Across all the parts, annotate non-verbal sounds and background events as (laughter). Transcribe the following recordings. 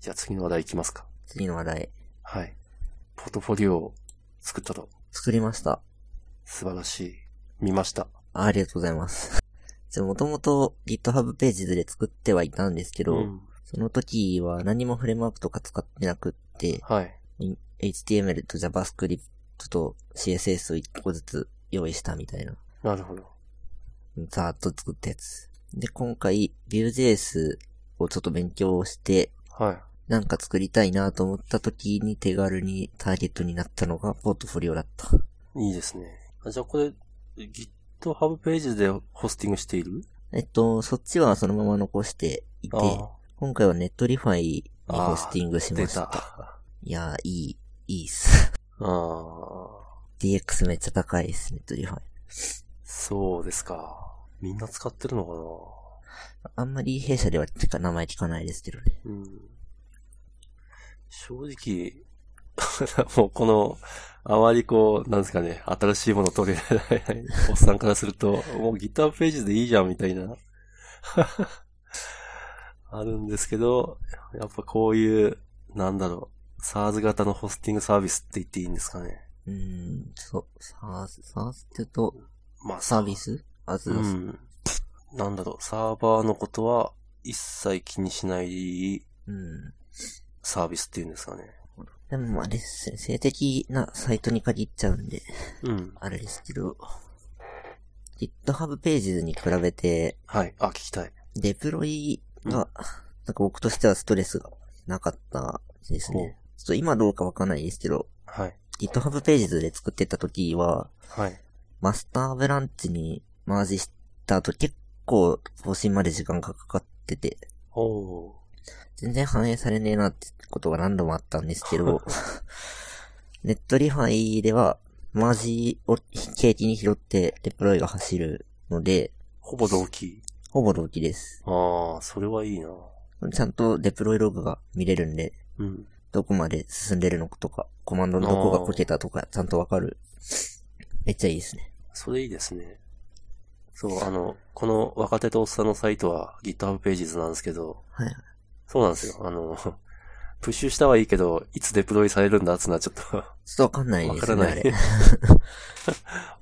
じゃあ次の話題いきますか。次の話題。はい。ポートフォリオを作ったと。作りました。素晴らしい。見ました。ありがとうございます。 (laughs) もともと GitHub ページで作ってはいたんですけど、うん。その時は何もフレームワークとか使ってなくって、はい。 HTML と JavaScript と CSS を1個ずつ用意したみたいな、なるほど。ざーっと作ったやつ。で、今回 Vue.js をちょっと勉強して、はい。なんか作りたいなと思った時に手軽にターゲットになったのがポートフォリオだった。いいですね。あじゃあこれ、GitHub ページでホスティングしているえっと、そっちはそのまま残していて、今回はネットリファイにホスティングしー、ま出。したた。あいやー、いい、いいっす。あ DX めっちゃ高いっす、ネットリファイ。ー、そうですか。みんな使ってるのかあんまり弊社ではてか名前聞かないですけどね。なうん。正直、 (laughs) もうこの、あまりこう、なんですかね、新しいもの取り入れられないおっさんからすると、もう GitHub ページでいいじゃんみたいな、 (laughs) あるんですけど、やっぱこういう、なんだろう、SARS 型のホスティングサービスって言っていいんですかね。うーん、そう、サース、サースって言うと、まあ、サービスあ、そううそう、ん。なんだろう、サーバーのことは一切気にしないうん。サービスっていうんですかね。でも、あれですね、性的なサイトに限っちゃうんで、うん。あれですけど、GitHub ページに比べて、はい。あ、聞きたい。デプロイが、なんか僕としてはストレスがなかったですほうね。ちょっと今どうかわかんないですけど、はい。 GitHub ページで作ってた時は、はい。マスターブランチにマージした後結構更新まで時間がかかってて、おお全然反映されねえなってことが何度もあったんです (laughs) けど、ネットリファイではマージを景気に拾ってデプロイが走るので、ほぼ同期。ほぼ同期です。ああ、それはいいな。ちゃんとデプロイログが見れるんで、うん。どこまで進んでるのかとか、コマンドのどこがこけたとか、ちゃんとわかる。めっちゃいいですね。それいいですね。そう、あの、この若手とおっさんのサイトは GitHub ページズなんですけど、はい。そうなんですよ。あの、 (laughs) プッシュしたはいいけど、いつデプロイされるんだっつうのはちょっと (laughs) ちょっとわかんないわでかすらね、なあいれ。。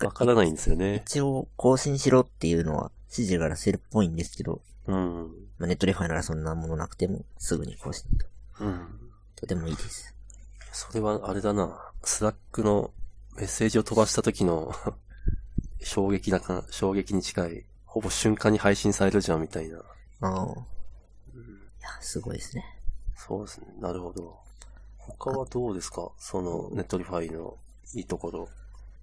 わからないんですよね。一応更新しろっていうのは指示が出せるっぽいんですけど、うん。まあ、ネットリファイならそんなものなくてもすぐに更新と。うん。とてもいいです。それはあれだな。スラックのメッセージを飛ばした時の (laughs) 衝撃なか、衝撃に近い。ほぼ瞬間に配信されるじゃんみたいな。ああ。いや、すごいですね。そうですね。なるほど。他はどうですかそのネットリファイのいいところ。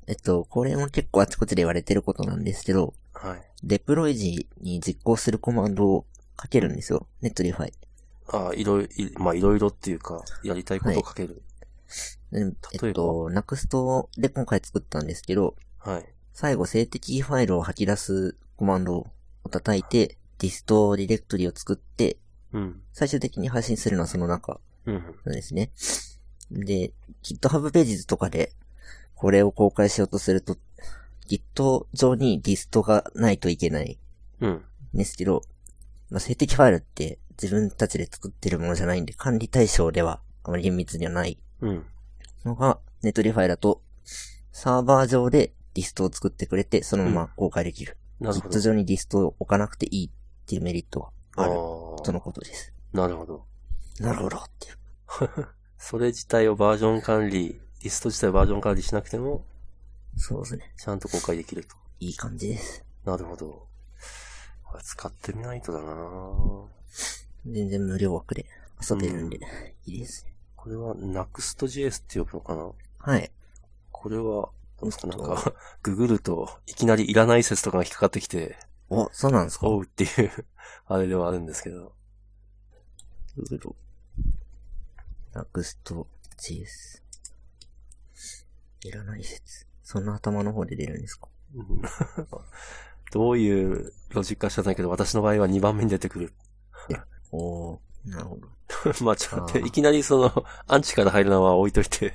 えっと、これも結構あちこちで言われてることなんですけど、はい。デプロイ時に実行するコマンドを書けるんですよ。ネットリファイ。ああ、いろいいまあいろいろっていうか、やりたいことを書ける。うんばえっと、ナクストで今回作ったんですけど、はい。最後静的ファイルを吐き出すコマンドを叩いて、ディストディレクトリを作って、うん。最終的に配信するのはその中うん。なんですね。で、GitHub ページズとかで、これを公開しようとすると、Git 上にディストがないといけないうん。んですけど、まあ、静的ファイルって自分たちで作ってるものじゃないんで、管理対象ではあまり厳密にはないうん。のが、ネットリファイだと、サーバー上でリストを作ってくれて、そのまま公開できる。なるほ Git ど。上にリストを置かなくていいっていうメリットがあるあとのことです。あ、なるほど。なるほどっていう。それ自体をバージョン管理、リスト自体をバージョン管理しなくても、そうですね。ちゃんと公開できると。いい感じです。なるほど。これ使ってみないとだな全然無料枠で遊べるんで、いいですね。これは NUXTJS って呼ぶのかなはい。これは、どうですかなんちょっか、 (laughs) ググると、いきなりいらない説とかが引っかかってきて、お、そうなんですかおうっていう、 (laughs) あれではあるんですけど。 Google。ナクスト JS。いらない説。そんな頭の方で出るんですかうんどういうロジックか知らないけど、私の場合は2番目に出てくる。 (laughs) おー、なるほど。まあちょっと待っあて、ーいきなりその、アンチから入るのは置いといて。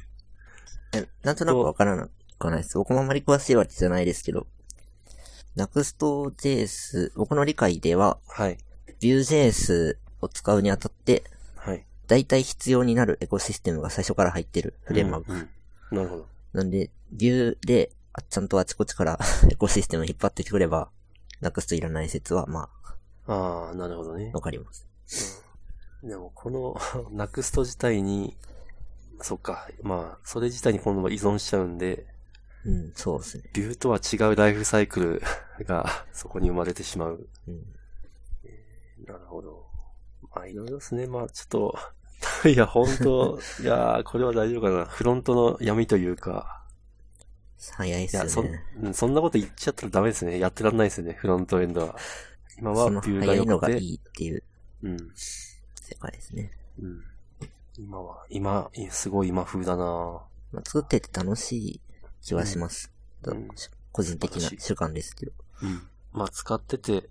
えなんとなくわからなくはないです。僕もあまり詳しいわけじゃないですけど、Next.js、僕の理解では、はい。 Vue.js を使うにあたって、はい。大体必要になるエコシステムが最初から入ってるフレームワーク。うんうんなるほど。なんで、ビューで、あちゃんとあちこちから (laughs) エコシステム引っ張ってくれば、なくすといらない説は、まあ、ああ、なるほどね。わかります。でも、この、 (laughs) ナクスト自体に、そっか、まあ、それ自体に今度は依存しちゃうんで、うん、そうですね。ビューとは違うライフサイクルが、そこに生まれてしまう。うん。なるほど。まあ、いろいろですね。まあ、ちょっと、い (laughs) や、本 (laughs) 当いやー、これは大丈夫かな。フロントの闇というか、早いっいや、すそよんね。うんそんなこと言っちゃったらダメですね。やってらんないですね、フロントエンドは。今はそビュのーが早いの良くがいて、いっていううん。世界ですね。うん。今は、今、いすごい今風だなまあ、作ってて楽しい気はします。うんと個人的な私主観ですけど。うん。まあ、使ってて、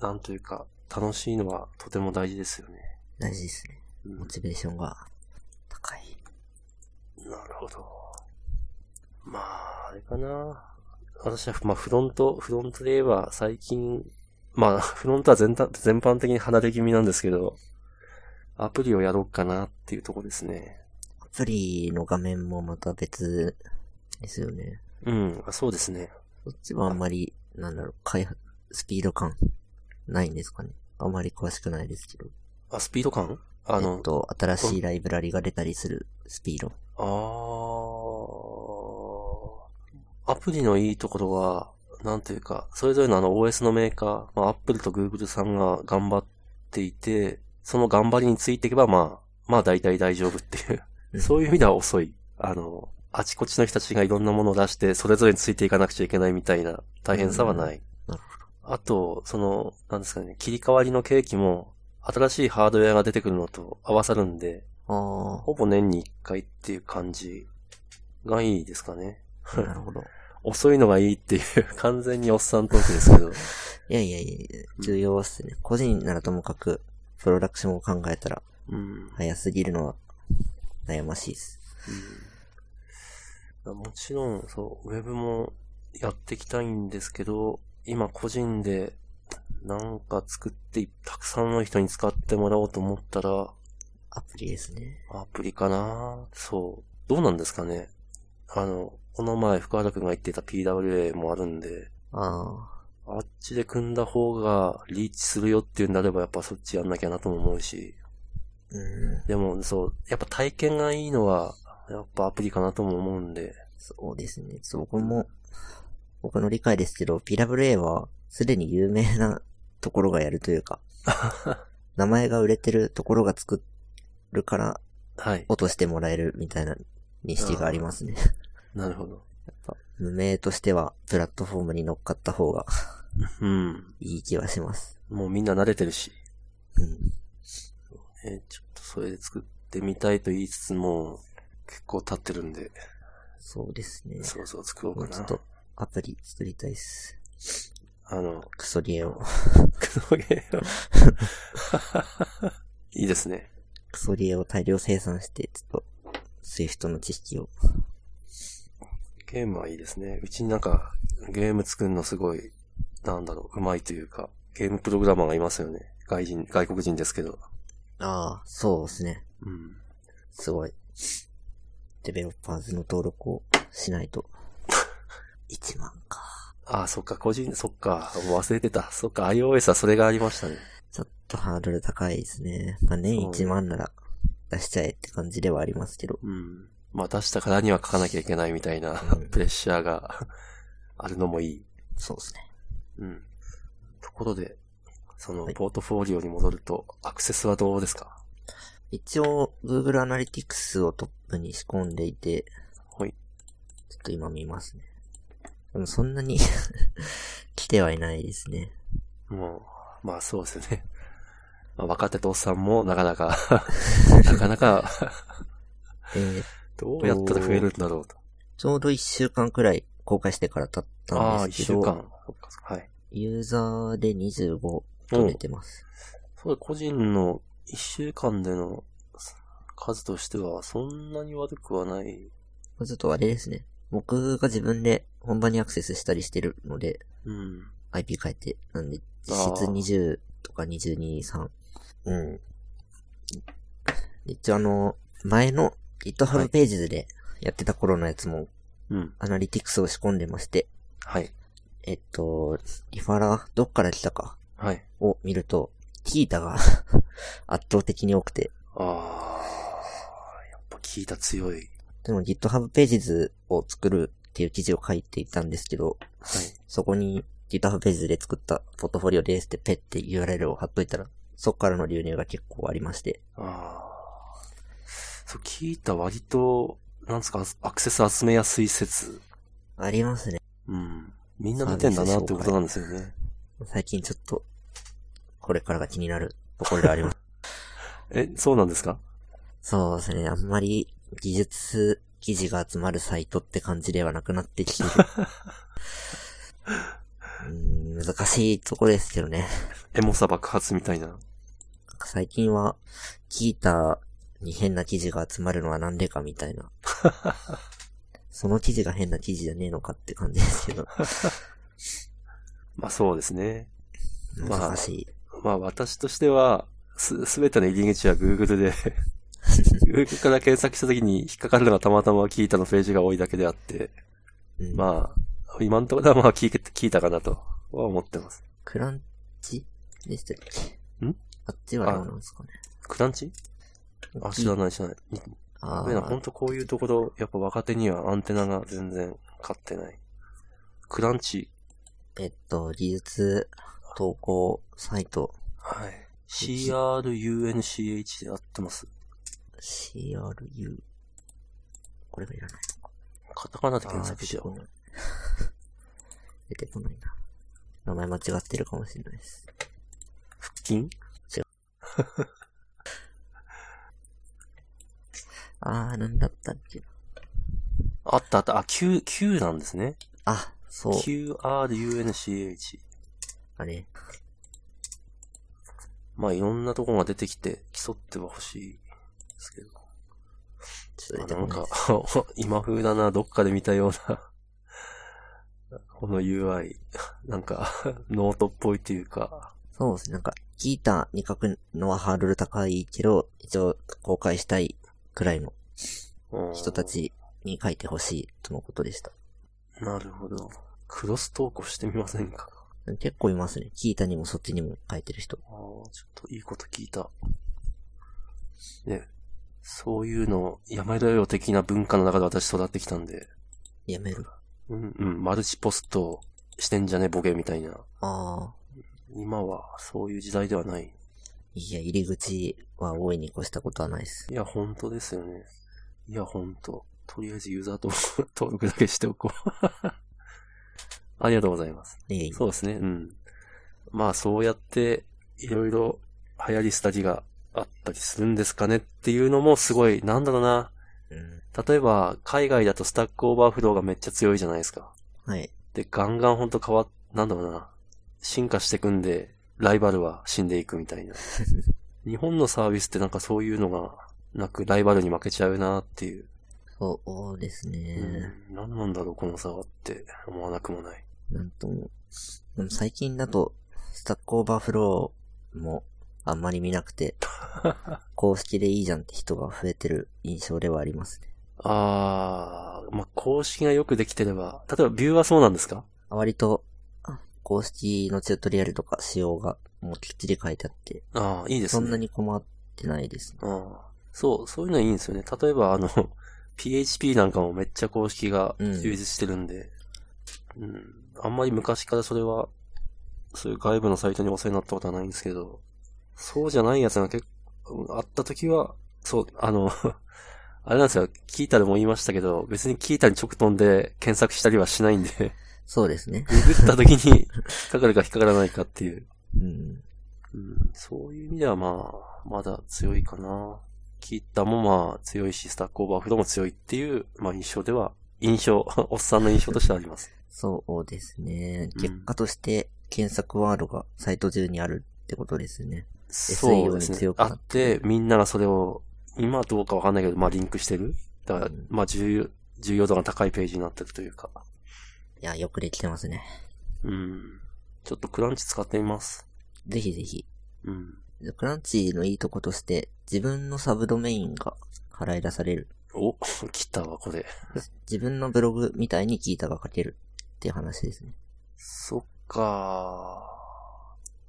なんというか、楽しいのはとても大事ですよね。大事ですね。うんモチベーションが高い。なるほど。まあ、あれかな。私は、まあ、フロント、フロントで言えば、最近、まあ、 (laughs) フロントは全体全般的に離れ気味なんですけど、アプリをやろうかなっていうとこですね。アプリの画面もまた別ですよね。うん、あそうですね。そっちはあんまり、なんだろう、開発、スピード感、ないんですかね。あんまり詳しくないですけど。あ、スピード感あの、えっと、新しいライブラリが出たりするスピード。あーアプリのいいところは、なんというか、それぞれのあの OS のメーカー、まあ、Apple と Google さんが頑張っていて、その頑張りについていけば、まあ、まあ大体大丈夫っていうう。んそういう意味では遅い。あの、あちこちの人たちがいろんなものを出して、それぞれについていかなくちゃいけないみたいな大変さはない。なるあと、その、なんですかね、切り替わりの契機も、新しいハードウェアが出てくるのと合わさるんで、ほほぼ年に一回っていう感じがいいですかね。ど。 (laughs) ああ、なるほど。遅いのがいいっていう、完全におっさんトークですけど。いやいやいや、重要っすね。個人ならともかく、プロダクションを考えたら、うん。早すぎるのは、悩ましいです。うん、もちろん、そう、ウェブもやっていきたいんですけど、今個人でなんか作って、たくさんの人に使ってもらおうと思ったら、アプリですね。アプリかなそう。どうなんですかねあの、この前福原くんが言ってた PWA もあるんで、ああっちで組んだ方がリーチするよっていうんであればやっぱそっちやんなきゃなとも思うし。あ、うん、でもそう、やっぱ体験がいいのは、やっぱアプリかなとも思うんで。そうですね。そう、僕も、僕の理解ですけど、PWA は、すでに有名なところがやるという (laughs) か、名前が売れてるところが作るから、はい。落としてもらえるみたいな認識がありますね。なるほど。無名としては、プラットフォームに乗っかった方がうん。いい気はします。もうみんな慣れてるし。うん。えちょっとそれで作ってみたいと言いつつも、結構経ってるんで、そうですね。そうそう作ろもううちかょなっ。と、アプリ作りたいっす。あの、 (laughs) クソゲーを、クソゲーを (laughs) いいですね。クソゲーを大量生産して、ちょっと、スイフトの知識を。ゲームはいいですね。うちになんか、ゲーム作るのすごい、なんだろう、うまいというか、ゲームプログラマーがいますよね。外人、外国人ですけど。ああ、そうですね。うん。すごい。デベロッパーズの登録をしな (laughs) いと。1万か。ああ、そっか、個人、そっか、もう忘れてた。そっか、iOS はそれがありましたね。ちょっとハードル高いですね。まあ年そう1万なら出しちゃえって感じではありますけど。うん。まあ出したからには書かなきゃいけないみたいな、うんプレッシャーがあるのもいい。そうですね。うん。ところで、そのはい、ポートフォリオに戻ると、アクセスはどうですか一応、Google Analytics をトップに仕込んでいて、はい。ちょっと今見ますね。でもそんなに (laughs) 来てはいないですね。もう、まあそうですよね。 (laughs) まあ、若手とおっさんもなかな (laughs) か、なかなか、えーどうやったら増えるんだろうと。ちょうど1週間くらい公開してから経ったああ、んで一す週けど、間。そっかそっかはい。ユーザーで25取れてます。それ個人の一週間での数としては、そんなに悪くはない。これちょっとあれですね。僕が自分で本場にアクセスしたりしてるので、うん。 IP 変えて、なんで、実あー質20とか22、3。うん。一応あの、前のは GitHub いページズでやってた頃のやつもうん。アナリティクスを仕込んでまして、はい。えっと、リファラー、どっから来たかはい。を見ると、ティータが (laughs) 圧倒的に多くて、あー、やっぱ聞いた強い。でも GitHub ページズを作るっていう記事を書いていたんですけど、はい。そこに GitHub ページズで作ったポートフォリオですってペって URL を貼っといたら、そこからの流入が結構ありまして、あー。そう、聞いた割と、なんですか、アクセス集めやすい説。ありますね。うん。みんな見てんだなってことなんですよね。最近ちょっと、これからが気になるところではあります。え、そうなんですかそうですね。あんまり技術記事が集まるサイトって感じではなくなってきてる。うーん難しいとこですけどね。エモさ爆発みたいな。最近は、キータに変な記事が集まるのはなんでかみた (laughs) いな。その記事が変な記事じゃねえのかって感じですけど。まあそうですね。まあ難しい。まあ私としては、す、すべての入り口は Google で、Google から検索した時に引っかかるのがたまたま聞いたのページが多いだけであって、うんまあ、今のところはまあ聞い聞いたかなとは思ってます。クランチでしたっけんあっちはどうなんですかね。クランチあ、知らない知らない。あほ本ー当こういうところ、やっぱ若手にはアンテナが全然勝ってない。クランチ。えっと、技術投稿サイトはい。CRUNCH で合ってます。 CRU。これがいらない。カタカナであ検ー索出してよこない。出てこないな。名前間違ってるかもしれないです。う。腹筋あー、なんだったっけな。あったあった。あ、Q、Q なんですね。あ、そう。 QRUNCH。あれ。まあいろんなとこが出てきて競っては欲しいですけど。ちょっと出てなこんないか (laughs) です。、今風だな、どっかで見たような、 (laughs) この UI、なんか、 (laughs) ノートっぽいというか、そうですね。なんか、ギーターに書くのはハードル高いけど、一応公開したいくらいのうん人た。ちに書いてほしいとのことでした。なるほど。クロス投稿してみませんか結構いますね。ギータにもそっちにも書いてる人。ああ、ちょっといいこと聞いた。ね、そういうの、やめろよ的な文化の中で私育ってきたんで、やめる。うん、うん、マルチポストしてんじゃねボケみたいな。あ今はそういう時代ではない。ー。いや、入り口は大いに越したことはないです。いや、本当ですよね。いや、本当。とりあえずユーザー登録 (laughs) 登録だけしておこう。 (laughs) ありがとうございます。ねえ、そうですね。うん。まあ、そうやって、いろいろ流行りしたりがあったりするんですかねっていうのもすごい、なんだろうな。うん。例えば、海外だとスタックオーバーフローがめっちゃ強いじゃないですか。はい。で、ガンガンほんと変わっ、なんだろうな。進化してくんで、ライバルは死んでいくみ (laughs) たいな。日本のサービスってなんかそういうのがなく、ライバルに負けちゃうなっていう。そうですね。うん何なんだろう、この差はって思わなくもない。なんとも。でも最近だと、スタックオーバーフローもあんまり見なく (laughs) て、公式でいいじゃんって人が増えてる印象ではありますね。あー、まあ、公式がよくできてれば、例えばビューはそうなんですか割と、あ公式のチュートリアルとか仕様がもうきっちり書いてあって、あー、いいですね。そんなに困ってないですね。ああ。そう、そういうのいいんですよね。例えば、あの、PHP なんかもめっちゃ公式がうん充実してるんで、うん、あんまり昔からそれは、そういう外部のサイトにお世話になったことはないんですけど、そうじゃないやつが結構、あった時は、そう、あの、 (laughs) あれなんですよ、キータでも言いましたけど、別にキータに直飛んで検索したりはしないんで、そうですね。ググった時に (laughs) 引っかかるか引っかからないかっていう。うん。うんそういう意味ではまあ、まだ強いかな。キータもまあ強いし、スタックオーバーフローも強いっていう、まあ印象では、印象、 (laughs) おっさんの印象としてはあります。そうですね。うん結果として検索ワードがサイト中にあるってことですね。そうです SEO にね強。くあなっってて、みんながそれを、今どうかわかんないけど、まあリンクしてる。だからうん、まあ重要、重要度が高いページになってるというか。いや、よくできてますね。うん。ちょっとクランチ使ってみます。ぜひぜひ。うん。クランチのいいとことして、自分のサブドメインが払い出される。お、来たわ、これ。自分のブログみたいにギータが書けるっていう話ですね。そっか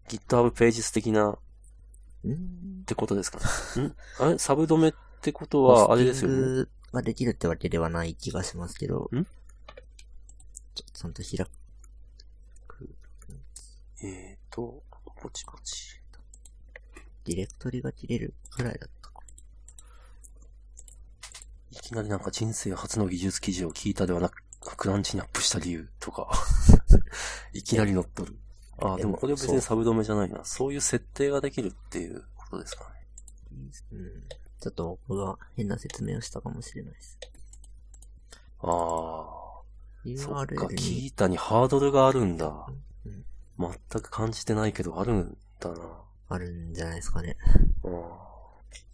ー。GitHub ページス的なっうーん。てことですか (laughs) ね。んあれサブ止めってことは、あれですよホスティね。ングができるってわけではない気がしますけど。んちょっとちゃんと開く。えーと、ぼちぼち。ディレクトリが切れるくらいだったか。いきなりなんか人生初の技術記事を聞いたではなく、クランチにアップした理由とか、 (laughs) いきなり載っとる。あー、でもこれは別にサブ止めじゃないな。そういう設定ができるっていうことですかね。うん。ちょっと僕が変な説明をしたかもしれないです。あー。そっか、 URL キにータにハードルがあるんだうん。全く感じてないけど、あるんだな。あるんじゃないですかね。うん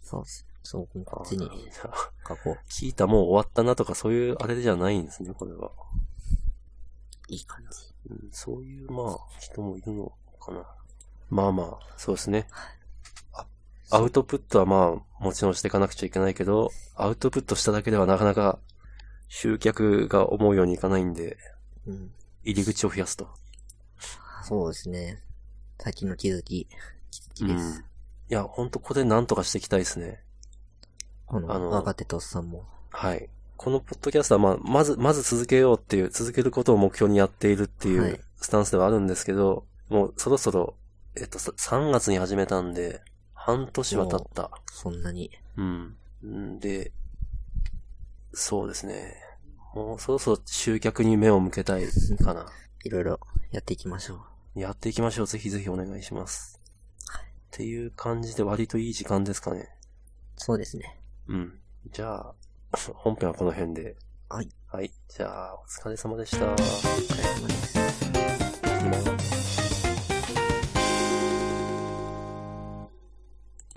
そうっす。そう、こっち (laughs) あにーなんだ書こう。キータもう終わったなとか、そういうあれじゃないんですね、これは。いい感じ。うんそういう、まあ、人もいるのかな。まあまあ、そうですね。あアウトプットはまあ、もちろんしていかなくちゃいけないけど、アウトプットしただけではなかなか集客が思うようにいかないんで、うん。入り口を増やすと。そうですね。最近の気づき。気づきうでん。す。いや、ほんとこれなんとかしていきたいですね。こあのの若手とおっさんも。はい。このポッドキャストは、まあ、まず、まず続けようっていう、続けることを目標にやっているっていはういスタンスではあるんですけど、もうそろそろ、えっと、さ3月に始めたんで、半年は経った。そんなに。うん。んで、そうですね。もうそろそろ集客に目を向けたいかな。いろいろやっていきましょう。やっていきましょう。ぜひぜひお願いします。っていう感じで割といい時間ですかね。そうですね。うん。じゃあ、本編はこの辺で。はい。はい。じゃあ、お疲れ様でした。お疲れ様です。行きます